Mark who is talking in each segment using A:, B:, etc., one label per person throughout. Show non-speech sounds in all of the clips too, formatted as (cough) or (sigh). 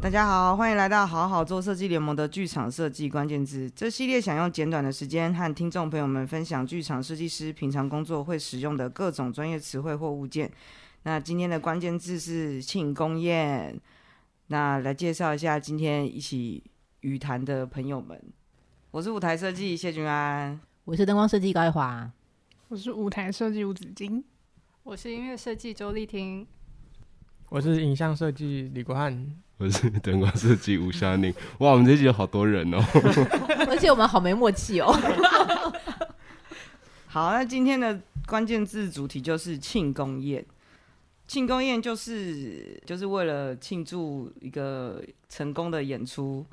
A: 大家好，欢迎来到好好做设计联盟的剧场设计关键字。这系列想用简短的时间和听众朋友们分享剧场设计师平常工作会使用的各种专业词汇或物件。那今天的关键字是庆功宴。那来介绍一下今天一起语谈的朋友们，我是舞台设计谢君安，
B: 我是灯光设计高一华，
C: 我是舞台设计吴子金，
D: 我是音乐设计周丽婷，
E: 我是影像设计李国汉，
F: 我是 (laughs) 灯光设计吴夏宁。哇，我们这集有好多人哦。
B: (laughs) 而且我们好没默契哦。
A: 好，那今天的关键字主题就是庆功宴。庆功宴就是就是为了庆祝一个成功的演出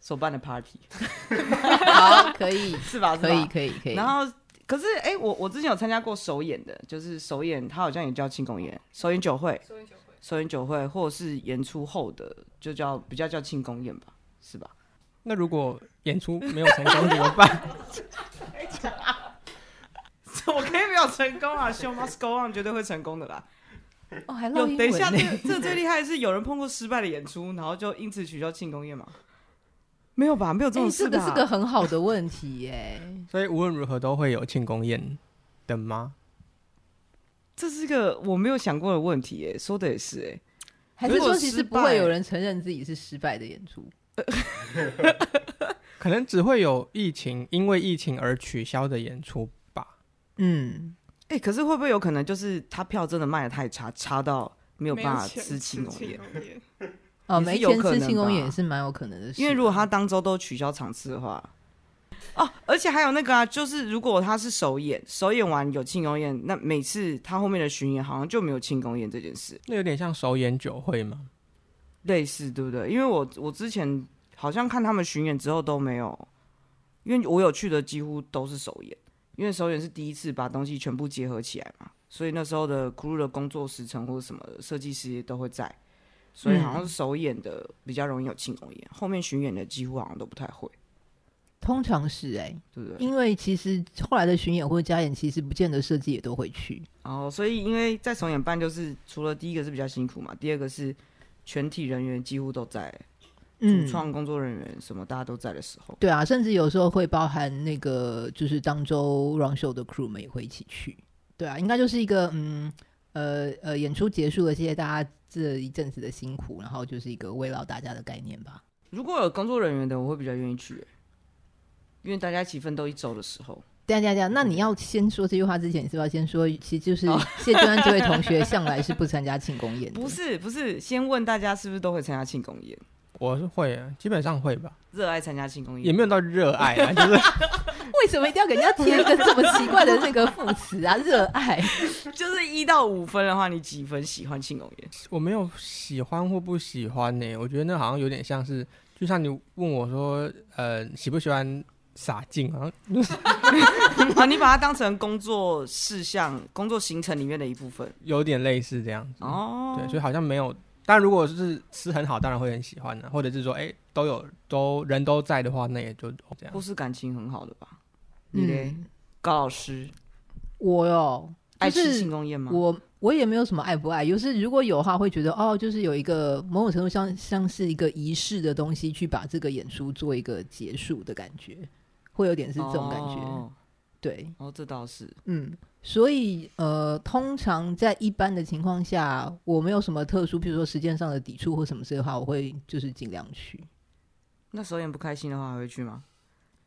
A: 所办的 party， (laughs)
B: 好，可以，
A: 是吧？是吧
B: 可以，。可以，可以。
A: 然后，可是哎、我我之前有参加过首演的，就是首演，它好像也叫庆功宴，首演酒会，
D: 收音酒会，
A: 首演酒会，或者是演出后的，就叫比较叫庆功宴吧，是吧？ (laughs)
E: 那如果演出没有成功怎么办？
A: 我可以没有成功啊，Show must go on，绝对会成功的啦。
B: 哦，还
A: 有
B: 漏英
A: 等一
B: 文 (laughs)
A: 下，
B: 呢
A: 这个这个最厉害的是有人碰过失败的演出，然后就因此取消庆功宴吗？没有吧，没有这种
B: 哎
A: 事
B: 这
A: 吧？
B: 个是个很好的问题 (laughs) 耶。
E: (laughs) 所以无论如何都会有庆功宴的吗？
A: 这是个我没有想过的问题耶，说的也是哎，
B: 还是
A: 如果
B: 说，其
A: 失
B: 实不
A: 败
B: 会有人承认自己是失败的演出？
E: 可能只会有疫情，因为疫情而取消的演出吧。
B: 嗯，
A: 哎、可是会不会有可能就是他票真的卖的太差，差到没有
C: 没
A: 办法
C: 钱
A: 吃庆功宴？
C: 宴。
B: 哦，
A: 也是
B: 没
A: 有
B: 钱
A: 可
B: 吃
A: 能
B: 庆功宴
A: 吧
B: 也是蛮有可能的事。
A: 因为如果他当周都取消场次的话，哦，而且还有那个啊，就是如果他是首演，首演完有庆功宴，那每次他后面的巡演好像就没有庆功宴这件事，
E: 那有点像首演酒会嘛。
A: 类似对不对？因为我我之前好像看他们巡演之后都没有，因为我有去的几乎都是首演，因为首演是第一次把东西全部结合起来嘛，所以那时候的 crew 的工作时程或者什么的设计师都会在，所以好
B: 嗯
A: 像是首演的比较容易有庆功宴，后面巡演的几乎好像都不太会，
B: 通常是哎，
A: 对不对？
B: 因为其实后来的巡演或者加演，其实不见得设计也都会去。
A: 哦，所以因为在重演办，就是除了第一个是比较辛苦嘛，第二个是全体人员几乎都在，主
B: 嗯，
A: 创工作人员什么大家都在的时候，
B: 对啊，甚至有时候会包含那个就是当周 run show 的 crew 们也会一起去。对啊，应该就是一个嗯呃呃演出结束了，谢谢大家这一阵子的辛苦，然后就是一个慰劳大家的概念吧。
A: 如果有工作人员的，我会比较愿意去、因为大家一起奋斗一周的时候，
B: 等一下等一下，那你要先说这句话之前，你是不是要先说，其实就是谢君安这位同学向来是不参加庆功宴的，
A: 哦不是不是，先问大家是不是都会参加庆功宴，
E: 我是会啊，基本上会吧，
A: 热爱参加庆功
E: 也
A: 宴。
E: 没有到热爱 (laughs) 啊，就是
B: 为什么一定要给人家贴一个这么奇怪的那个副词啊？热爱，
A: 就是一到五分的话，你几分喜欢庆功宴？ (laughs)
E: 我没有喜欢或不喜欢呢、我觉得那好像有点像是，就像你问我说，呃，喜不喜欢洒劲，好像
A: 啊，你把它当成工作事项、工作行程里面的一部分
E: 有点类似这样子。
B: 嗯
A: 哦。
E: 对，所以好像没有。但如果是吃很好，当然会很喜欢的、或者是说，哎、都有都人都在的话，那也就这样
A: 或。是感情很好的吧？ (laughs) 你嘞，
B: 嗯，
A: 高老师
B: 我哦哟，
A: 爱
B: 就
A: 吃
B: 是
A: 庆功宴吗？
B: 我我也没有什么爱不爱，就是如果有的话，会觉得哦，就是有一个某种程度像像是一个仪式的东西，去把这个演出做一个结束的感觉，会有点是这种感觉。
A: 哦，
B: 对，
A: 哦这倒是。
B: 嗯，所以呃，通常在一般的情况下，我没有什么特殊，比如说时间上的抵触或什么之类的话，我会就是尽量去。
A: 那首演不开心的话还会去吗？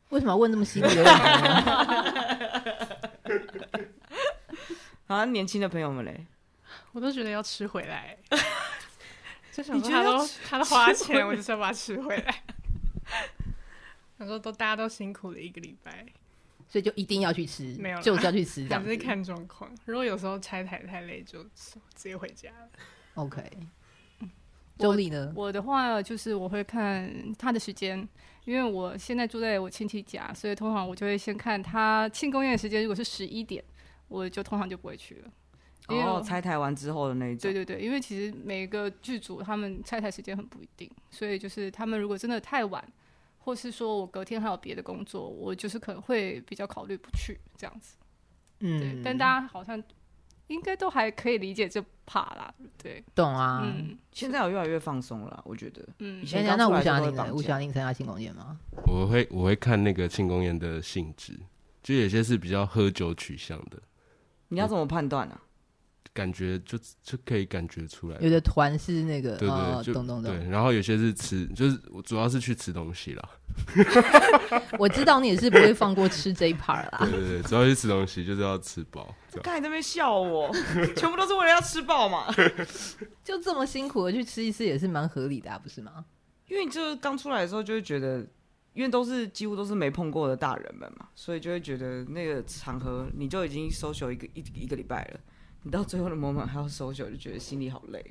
B: 为什么要问这么犀利的问题呢？
A: 啊，年轻的朋友们嘞，
C: (laughs) 我都觉得要吃回
A: (laughs)
C: 来，就想
A: 你
C: 说
A: 觉
C: 他
A: 得要
C: 都他都花
A: 吃回来
C: 钱，我就是要把它吃回来。他说都大家都辛苦了一个礼拜，
B: 所以就一定要去吃，
C: 没有啦
B: 就是要去吃这样
C: 还
B: 子
C: 是。看状况。如果有时候拆台太累，就直接回家了。
B: OK，
D: 我
B: 周丽呢？
D: 我的话就是我会看他的时间，因为我现在住在我亲戚家，所以通常我就会先看他庆功宴的时间，如果是十一点，我就通常就不会去了。
B: 哎
D: 因为
A: 哦
D: 我，
A: 拆台完之后的那一种
D: 对，对对，因为其实每个剧组他们拆台时间很不一定，所以就是他们如果真的太晚，或是说我隔天还有别的工作，我就是可能会比较考虑不去这样子。对，
B: 嗯，
D: 但大家好像应该都还可以理解这怕啦。对，
B: 懂啊。
D: 嗯
A: 现在我越来越放松了啦，我觉得。以
D: 嗯，
A: 前
B: 哎、
A: 刚
B: 那
A: 出
B: 吴
A: 来
B: 小
A: 都会
B: 宁呢？
A: 绑
B: 吴
A: 架
B: 小宁参加庆功宴吗？
F: (laughs) 我会我会看那个庆功宴的性质，就有些是比较喝酒取向的，
A: 你要怎么判断啊？
F: 感觉就就可以感觉出来。
B: 有的团是那个
F: 对
B: 哦
F: 对，，就
B: 懂懂懂。
F: 对，然后有些是吃，就是我主要是去吃东西啦。 (laughs)
B: 我知道你也是不会放过吃这一 part 啦。
F: 对对对，主要去吃东西就是要吃饱。这样
A: 刚才在那边笑我， (laughs) 全部都是为了要吃饱嘛。
B: 就这么辛苦的去吃一次也是蛮合理的、啊，不是吗？
A: 因为你就是刚出来的时候就会觉得，因为都是几乎都是没碰过的大人们嘛，所以就会觉得那个场合你就已经 social 一个一一个礼拜了，你到最后的 moment 还要 social，就觉得心里好累，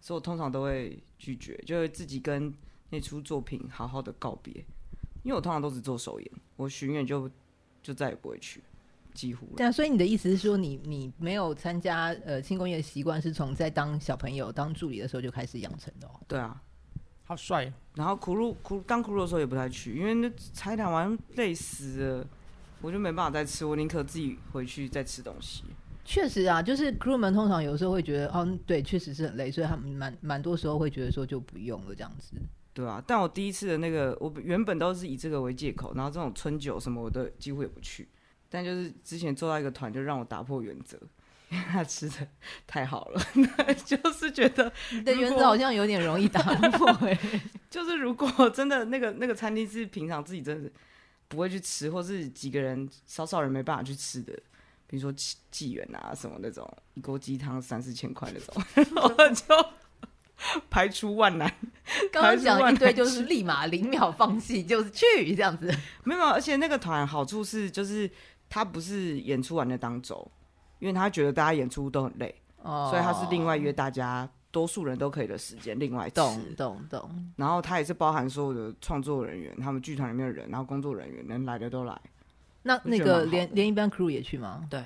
A: 所以我通常都会拒绝，就会自己跟那出作品好好的告别，因为我通常都只做首演，我巡演就就再也不会去，几乎了
B: 对啊，所以你的意思是说你，你没有参加呃庆功宴的习惯，是从在当小朋友、当助理的时候就开始养成的哦。
A: 对啊，
E: 好帅哦，
A: 然后苦路苦刚苦路的时候也不太去，因为那才两完累死了，我就没办法再吃，我宁可自己回去再吃东西。
B: 确实啊，就是 crew 们通常有时候会觉得，哦，对，确实是很累，所以他们蛮蛮多时候会觉得说就不用了这样子。
A: 对啊，但我第一次的那个，我原本都是以这个为借口，然后这种春酒什么我都几乎也不去。但就是之前做到一个团，就让我打破原则，因为他吃的太好了， (laughs) 就是觉得，
B: 你的
A: 如
B: 原则
A: 果
B: 好像有点容易打
A: (laughs)
B: 破、欸，
A: 就是如果 (laughs) 真的那个那个餐厅是平常自己真的不会去吃，或是几个人少少人没办法去吃的，比如说纪纪元啊什么那种一锅鸡汤三四千块那种，我就 (laughs) 排除万难。
B: 刚
A: 还
B: 刚
A: 是
B: 讲
A: 乱
B: 一堆
A: 来
B: 就是立马零秒放弃，就是去这样子。
A: 没有，没有而且那个团好处是，就是他不是演出完的当周，因为他觉得大家演出都很累，
B: 哦，
A: 所以他是另外约大家多数人都可以的时间，另外吃。
B: 懂懂懂，
A: 然后他也是包含所有的创作人员、他们剧团里面的人，然后工作人员能来的都来。
B: 那
A: 我
B: 那
A: 觉得蛮好
B: 个
A: 的
B: 连连一般 crew 也去吗？
A: 对，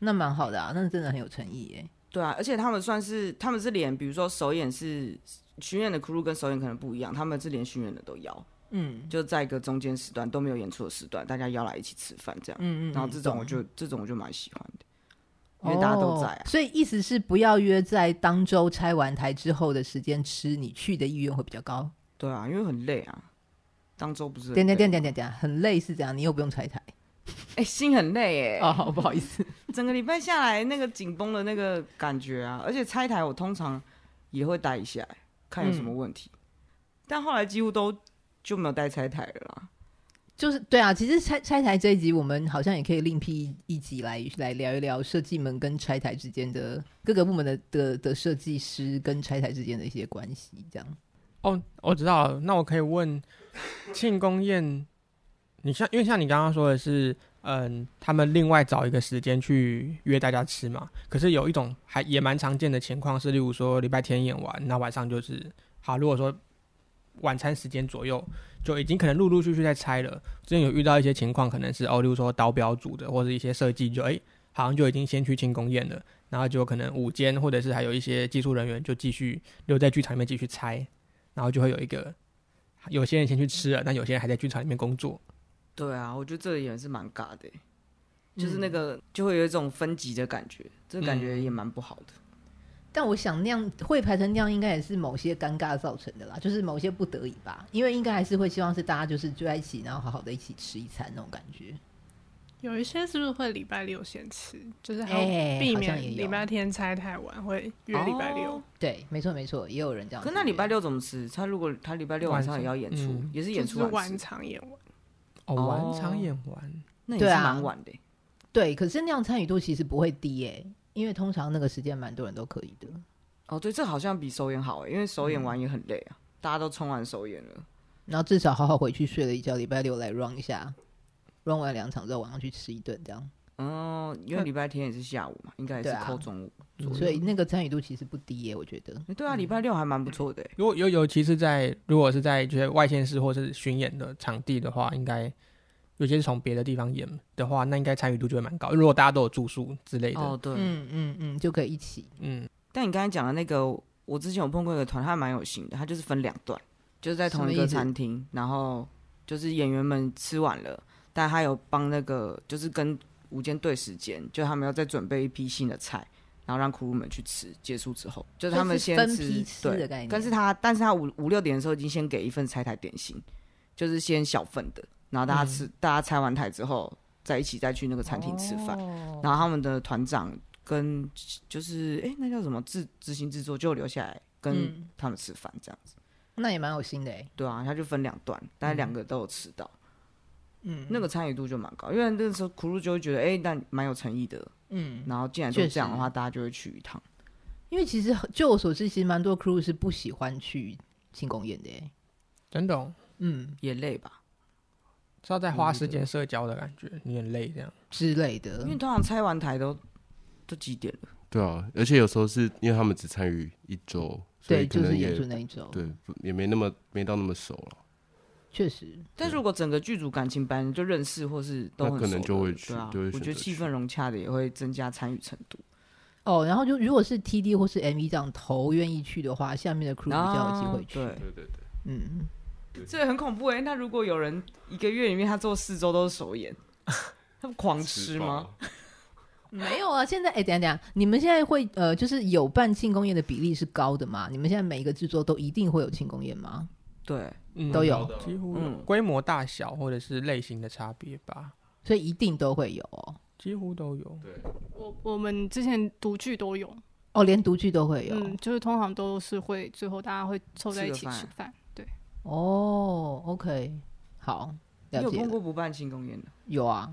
B: 那蛮好的啊，那真的很有诚意耶。
A: 对啊，而且他们算是他们是连，比如说首演是巡演的 crew 跟首演可能不一样，他们是连巡演的都邀，
B: 嗯
A: 就在一个中间时段都没有演出的时段，大家邀来一起吃饭这样。
B: 嗯嗯，
A: 然后这种
B: 懂
A: 我就这种我就蛮喜欢的，因为大家都在啊
B: 哦。所以意思是不要约在当周拆完台之后的时间吃，你去的意愿会比较高。
A: 对啊，因为很累啊，当周不是很
B: 点点
A: 累
B: 点点点点，很累是这样，你又不用拆
A: (laughs)
B: 台。
A: 哎、心很累哎、
B: 哦，好不好意思，
A: 整个礼拜下来那个紧绷的那个感觉啊，而且拆台我通常也会待一下、看有什
B: 嗯
A: 么问题，但后来几乎都就没有待拆台了啦。
B: 就是对啊。其实拆拆台这一集，我们好像也可以另辟一集来来聊一聊设计们跟拆台之间的各个部门的的的设计师跟拆台之间的一些关系，这样。
E: 哦，我知道了。那我可以问，庆功宴，你像因为像你刚刚说的是，嗯，他们另外找一个时间去约大家吃嘛。可是有一种还也蛮常见的情况是，例如说礼拜天演完，那晚上就是好，如果说晚餐时间左右就已经可能陆陆续续在拆了。之前有遇到一些情况，可能是哦，例如说导表组的或者一些设计就哎、好像就已经先去庆功宴了。然后就可能午间，或者是还有一些技术人员就继续留在剧场里面继续拆，然后就会有一个，有些人先去吃了，但有些人还在剧场里面工作。
A: 对啊，我觉得这个也是蛮尬的欸、就是那个就会有一种分级的感觉，这感觉也蛮不好的。
B: 但我想那样会排成那样，应该也是某些尴尬造成的啦，就是某些不得已吧，因为应该还是会希望是大家就是聚在一起，然后好好的一起吃一餐那种感觉。
C: 有一些是不是会礼拜六先吃，就是它
B: 哎
C: 避
B: 好像
C: 免
B: 也有
C: 礼拜天拆太晚，会约礼拜
A: 哦
C: 六。
B: 对，没错没错，也有人这样子
A: 可
B: 约。
A: 那礼拜六怎么吃？他如果他礼拜六晚上也要演出，
E: 晚上嗯
A: 也是
C: 就
A: 演
C: 是
A: 出晚
C: 晚
A: 吃，
C: 场演完，
E: 哦，
A: 哦
E: 晚场演完，
A: 那也是
B: 对啊
A: 蛮晚的欸、
B: 对，可是那样参与度其实不会低耶、因为通常那个时间蛮多人都可以的。
A: 哦，对，这好像比首演好欸，因为首演完也很累啊，大家都冲完首演了。
B: 然后至少好好回去睡了一觉，礼拜六来 run 一下，run 完两场之后晚上去吃一顿这样，
A: 哦，因为礼拜天也是下午嘛，应该也
B: 对
A: 是
B: 啊
A: 扣中午。
E: 嗯
B: 所以那个参与度其实不低耶、我觉得。
A: 诶对啊，礼拜六还蛮不错的欸。
E: 如果尤尤其是在如果是在就是外县市或是巡演的场地的话，应该有些是从别的地方演的话，那应该参与度就会蛮高。如果大家都有住宿之类的，
A: 哦，对。
B: 嗯嗯嗯，就可以一起。
E: 嗯，
A: 但你刚才讲的那个，我之前有碰过一个团，他蛮有型的，他就是分两段，就是在同一
B: 什么
A: 个
B: 意思
A: 餐厅，然后就是演员们吃完了，但他有帮那个就是跟午间对时间，就他们要再准备一批新的菜，然后让crew 们去吃。结束之后，就是是他们先
B: 分
A: 吃，
B: 批吃的
A: 对。
B: 概念。
A: 但是他，但是他五五六点的时候已经先给一份拆台点心，就是先小份的，然后大家
B: 嗯
A: 吃，大家拆完台之后，再一起再去那个餐厅吃饭。
E: 哦
A: 然后他们的团长跟就是哎、那叫什么制执行制作就留下来跟
B: 嗯
A: 他们吃饭这样子。
B: 那也蛮有心的哎、
A: 对啊，他就分两段，大概两个都有吃到，
B: 嗯，
A: 那个参与度就蛮高。因为那时候苦路就会觉得哎、那蛮有诚意的，
B: 嗯，
A: 然后既然都这样的话，大家就会去一趟。
B: 因为其实就我所知，其实蛮多 crew 是不喜欢去庆功宴的、欸。
E: 真的哦
B: 嗯，
A: 也累吧，
E: 是要在花时间社交的感觉，你很累这样。
B: 之类的
A: 因为。通常拆完台都都几点了，
F: (laughs) 对啊，而且有时候是因为他们只参与一周，所
B: 对，
F: 以可
B: 就是
F: 能
B: 演
F: 也
B: 出那一周，
F: 对不也没那么没到那么熟了。
B: 确实，
A: 但如果整个剧组感情班就认识或是都很熟
F: 那可能
A: 了
F: 就会去
A: 对啊
F: 就会选择
A: 我觉得气氛融洽的也会增加参与程度。
B: 哦，然后就如果是 TD 或是 MV 这样头愿意去的话，下面的 crew 比较有机会去。
A: 然后哦对，
F: 对对对，
B: 嗯，
A: 这很恐怖哎、那如果有人一个月里面他做四周都是首
E: (laughs)
A: 演，他们狂吃
F: (laughs)
A: 吗？？
B: 没有啊。现在哎，等一下等一下，你们现在会呃，就是有办庆功宴的比例是高的吗？你们现在每一个制作都一定会有庆功宴吗？
A: 对，
E: 嗯
B: 都有，
E: 几乎有
A: 嗯
E: 规模大小或者是类型的差别吧，
B: 所以一定都会有哦。
E: 几乎都有。
D: 我我们之前独剧都有，
B: 哦，连独剧都会有。
D: 嗯，就是通常都是会最后大家会凑在一
A: 吃
D: 起
A: 个饭
D: 吃饭，对，
B: 哦，OK，好，
A: 你
B: 了
A: 有
B: 解
A: 碰
B: 了。
A: 过不办庆功宴的？
B: 有啊，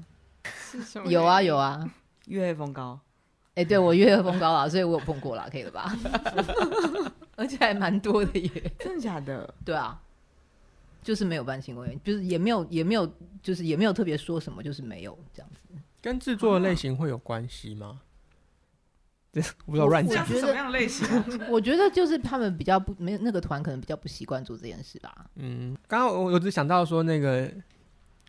D: 是什
B: 有啊，有啊。
A: 月黑风高，
B: 哎、对我月风高啊，所以我有碰过啦，可以
A: (laughs)
B: 了吧？而且还蛮多的耶。
A: 真的假的？
B: 对啊，就是没有办庆功宴，就是也没有也没有，就是也没有特别说什么，就是没有这样子。
E: 跟制作类型会有关系吗？ (laughs) 这我不知道乱
B: 我
E: 讲。
B: 觉得，
A: 样类型？啊
B: (laughs) 我觉得就是他们比较不没有那个团可能比较不习惯做这件事吧。
E: 嗯，刚刚我我只想到说那个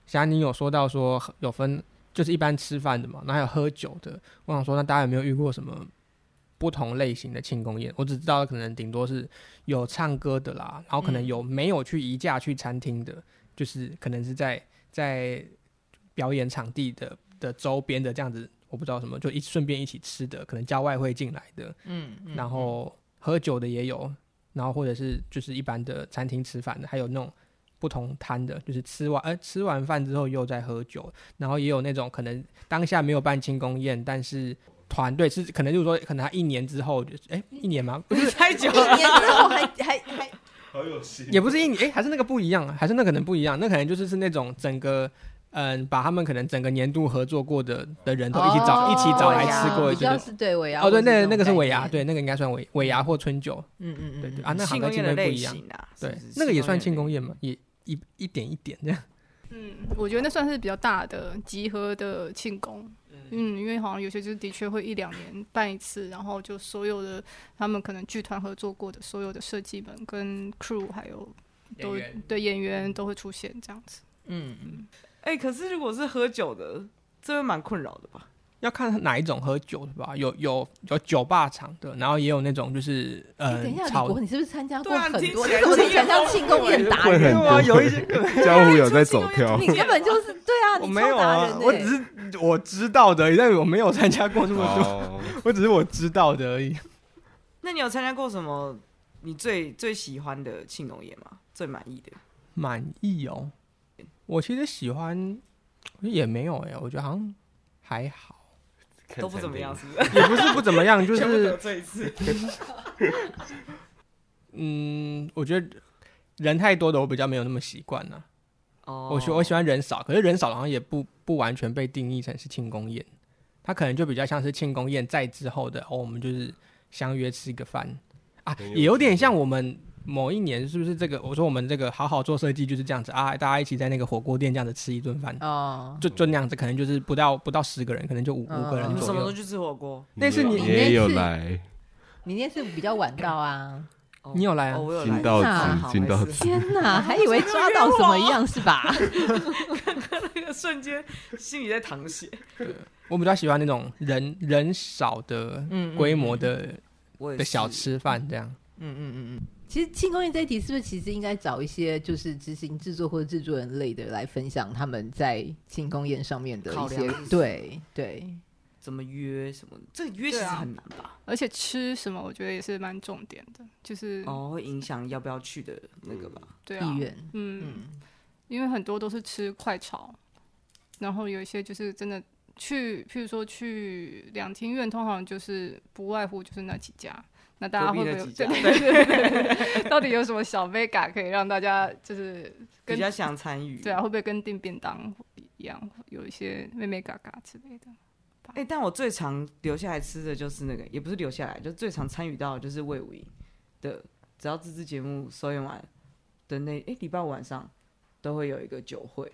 E: 霞妮有说到说呃有分就是一般吃饭的嘛，然后还有喝酒的。我想说，那大家有没有遇过什么不同类型的庆功宴？我只知道可能顶多是有唱歌的啦，然后可能有没有去移驾去餐厅的，就是可能是在在表演场地的的周边的这样子，我不知道什么，就一顺便一起吃的，可能叫外汇进来的，
B: 嗯，嗯 (laughs)
E: 然后喝酒的也有，然后或者是就是一般的餐厅吃饭的，还有那种不同摊的，就是吃完呃吃完饭之后又在喝酒，然后也有那种可能当下没有办庆功宴，但是团队是可能就是说可能他一年之后就是哎一年吗？
A: 太久
B: 一
A: 了，
B: 年之后还还还
F: 好有心
E: 也不是一年哎还是那个不一样，啊，还是那可能不一样，那可能就是是那种整个。嗯，把他们可能整个年度合作过的的 (laughs) 人都一起找、
B: 哦
E: 一起找来
B: 尾牙
E: 吃过，
B: 比
E: 就
B: 较
E: 是
B: 是对尾牙或
E: 哦对，
B: 者
E: 那
B: 种
E: 那个是
B: 概
E: 尾牙，
B: 念，
E: 对，那个应该算尾尾牙或春酒，
B: 嗯嗯嗯，
E: 对对
B: 嗯
E: 啊，那好
A: 庆
E: 像
A: 功
E: 庆
A: 宴
E: 功
A: 的
E: 宴不
A: 类
E: 一样。
A: 型啊，
E: 对
A: 是不，是
E: 那个也算庆
A: 庆
E: 功
A: 宴
E: 宴嘛，也一一点一点这样。 (laughs)
D: 嗯，我觉得那算是比较大的集合的庆功。嗯，因为好像有些就是的确会一两年办一次，然后就所有的他们可能剧团合作过的所有的设计们跟 crew 还有都对演员都会出现这样子。
B: 嗯，
A: 类？哎、可是如果是喝酒的，这会蛮困扰的吧？
E: 要看哪一种喝酒的吧，有有有酒吧场的，然后也有那种就是
B: 哎，
E: 呃
B: 等一下，
E: 炒
B: 李国，你是不是参加过
A: 对啊
B: 很
A: 听
B: 多？
A: 起
B: 你
A: 来
B: 怎么听起来
A: 经验
B: 像
A: 丰
B: 庆
A: 富
B: 功
A: 欸
B: 宴达
F: 会
B: 人
F: 很
E: 哇
F: 多，
E: 有一些
F: 江湖有在走跳，
B: 你根本就是对啊，
E: 我
B: 你
E: 没
B: 超
E: 有
B: 达
E: 啊
B: 人，
E: 我
B: 的
E: 只
B: 欸。
E: 是我知道的而已，但我没有参加过那么多，
F: (laughs) 哦
E: 我只是我知道的而已。
A: (laughs) 那你有参加过什么你最最喜欢的庆功宴吗？最满意的？
E: (laughs) 满意哦，我其实喜欢也没有哎、我觉得好像还好， (laughs)
A: 都不怎么样，。是不是？
E: 也不是不怎么样，就
A: 全部
E: 是
A: 得罪一次。
E: 嗯，我觉得人太多的我比较没有那么习惯呢。
A: 哦
E: 我喜我喜欢人少，可是人少好像也不不完全被定义成是庆功宴，它可能就比较像是庆功宴在之后的哦，我们就是相约吃个饭啊，
F: 很有
E: 也有点
F: 趣
E: 像我们某一年是不是这个？我说我们这个好好做设计就是这样子啊，大家一起在那个火锅店这样子吃一顿饭，
B: 哦，
E: 就就那样子，可能就是不到不到十个人，可能就五五个
B: 嗯
A: 你
E: 人
A: 们什
E: 左
A: 么时候
E: 右。
A: 去吃火锅？
E: 但是你
F: 你也有来，
B: 你那次比较晚到啊。
A: 哦
E: 你有来啊
A: 哦，我有来
F: 金。到
B: 哪
F: 子，金到
A: 没
F: 子
A: 事，
B: 天哪， (laughs) 还以为抓到什么一样是吧？ (laughs)
A: 那个瞬间心里在淌血。
E: 我比较喜欢那种人人少的
B: 嗯
E: 规模，的
A: (laughs) 我也
E: 的小
A: 是
E: 吃饭这样。
B: 嗯嗯嗯嗯。其实庆功宴这一题是不是其实应该找一些就是执行制作或者制作人类的来分享他们在庆功宴上面的一
A: 考量
B: 些
A: 是什么
B: 对对
A: 怎么约什么的，这个约其实
D: 对啊
A: 很难吧？
D: 而且吃什么，我觉得也是蛮重点的，就是、
A: 哦，会影响要不要去的那个吧？
D: 对啊
B: 意，愿，
D: 嗯，
B: 嗯，
D: 因为很多都是吃快炒，然后有一些就是真的去，譬如说去两厅院，通常就是不外乎就是那几家。那大家
A: 隔
D: 会
A: 壁
D: 不会
A: 那
D: 有
A: 几家
D: 对 (laughs) 对对对对到底有什么小杯嘎可以让大家就是
A: 比
D: 跟
A: 较想参与。
D: 对啊，会不会跟订便当一样，有一些妹妹嘎嘎之类的？
A: 哎、但我最常留下来吃的就是那个，也不是留下来，就最常参与到的就是魏武营的，只要自制节目收演完的那哎礼、拜五晚上都会有一个酒会，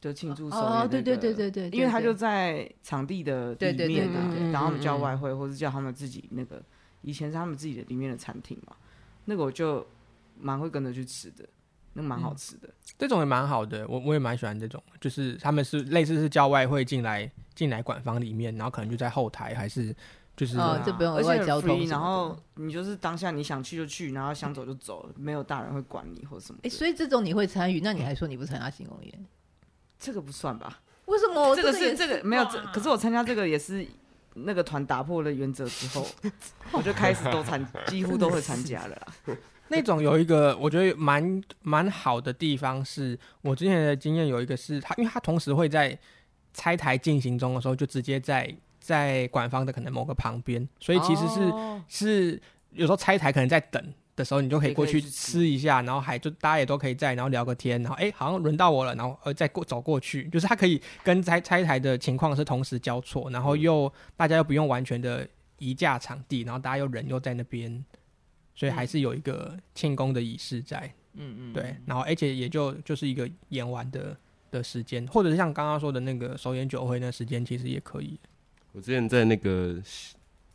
A: 就庆祝收演、那
B: 哦，对对对
A: 个
B: 对对，
A: 因为他
B: 对
A: 就在场地的
B: 对对
A: 里面
B: 对
A: 啊
B: 对对，
A: 然后我们叫
E: 嗯嗯嗯
A: 外汇，或者叫他们自己那个，以前是他们自己的里面的餐厅嘛，那个我就蛮会跟着去吃的，那蛮
B: 嗯
A: 好吃的。
E: 这种也蛮好的，我我也蛮喜欢这种，就是他们是类似是叫外汇进来进来馆方里面，然后可能就在后台还是就是、
B: 哦
A: 对啊
B: 这不用额
A: 而且
B: 外
A: 很
B: 交通
A: free，
B: 什么的
A: 然后你就是当下你想去就去，然后想走就走，没有大人会管你或什么的。
B: 哎，所以这种你会参与，那你还说你不参加庆功宴？
A: 这个不算吧？
B: 为什么？
A: 这个是这
B: 个
A: 个没有，这可是我参加这个也是那个团打破了原则之
B: (laughs)
A: 后，我就开始都参，几乎都会参加了啦。
E: 那种有一个我觉得蛮蛮好的地方是，我之前的经验有一个是他，因为他同时会在拆台进行中的时候，就直接在在馆方的可能某个旁边，所以其实是、
A: 哦
E: 是有时候拆台可能在等的时候，你就可以
A: 也
E: 过
A: 可以
E: 去
A: 去吃
E: 吃一下，然后还就大家也都可以在，然后聊个天，然后哎、好像轮到我了，然后呃再过走过去，就是它可以跟拆拆台的情况是同时交错，然后又、大家又不用完全的移架场地，然后大家又人又在那边，所以还是有一个庆功的仪式在，
B: 嗯嗯，
E: 对，然后而且也就就是一个演完的。的时间，或者是像刚刚说的那个首演酒会那时间，其实也可以。
F: 我之前在那个西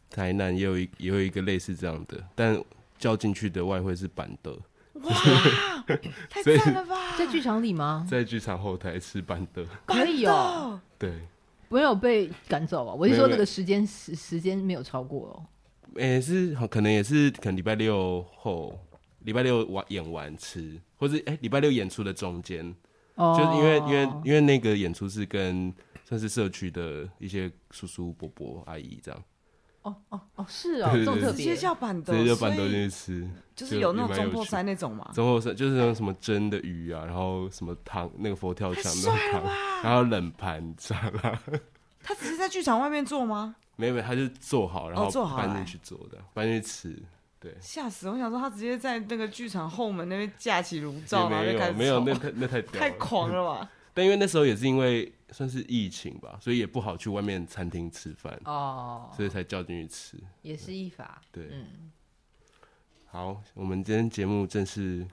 F: 台南也有一也有一个类似这样的，但叫进去的外汇是板德，
A: 太
F: 所以
A: 赞了吧！
B: 在剧场里吗？
F: 在剧场后台吃板德。
B: 可以哦，
F: 对，
B: 没有被赶走啊。我是
F: 没有
B: 说
F: 没
B: 那
F: 有
B: 个时间时时间没有超过哦。
F: 也、是好可能也是可能礼拜六后，礼拜六完演完吃，或是哎礼、拜六演出的中间，
B: 哦，
F: 就是因为因为因为那个演出是跟算是社区的一些叔叔伯伯阿姨这样，
B: 哦哦哦是哦，
F: 对
B: 这
F: 对
B: 种
F: 对
B: 特
A: 直接
B: 别
A: 叫板凳，
F: 直接就板
A: 所
F: 豆
A: 以
F: 进去吃，
A: 就是有那种
F: 就也蛮
A: 中
F: 有
A: 破
F: 趣
A: 塞那种嘛。
F: 然后是就是那种什么蒸的鱼啊，然后什么汤那个佛跳墙那种汤，然后冷盘沙拉，
A: 他只是在剧场外面做吗？
F: 没有没有，他就做好然后
A: 哦做好啊
F: 搬
A: 了
F: 进去做的，搬进去吃。对，
A: 吓死！我想说，他直接在那个剧场后门那边架起炉
F: 也
A: 灶，然后
F: 没
A: 就开始
F: 有没有
A: 炒
F: 那太那太屌
A: 太
F: 了，
A: 狂了吧？
F: 但因为那时候也是因为算是疫情吧，所以也不好去外面餐厅吃饭，
B: 哦，
F: 所以才叫进去吃。
B: 也是一法。
F: 对，
B: 嗯，
F: 好，我们今天节目正式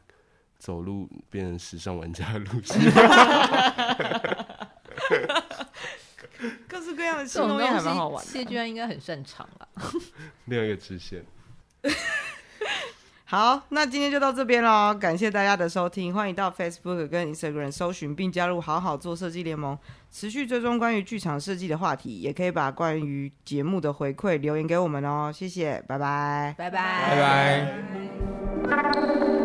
F: 走入变成时尚玩家的路线。
A: (laughs) 各式各样的
B: 这
A: 庆
B: 种
A: 功宴还蛮好
B: 东
A: 玩
B: 西
A: 的。
B: 谢居安应该很擅长了。
F: 另外一个支线，
A: 好，那今天就到这边喽，感谢大家的收听，欢迎到 Facebook 跟 Instagram 搜寻并加入“好好做设计联盟”，持续追踪关于剧场设计的话题，也可以把关于节目的回馈留言给我们哦，谢谢，拜拜。
B: 拜
E: 拜拜。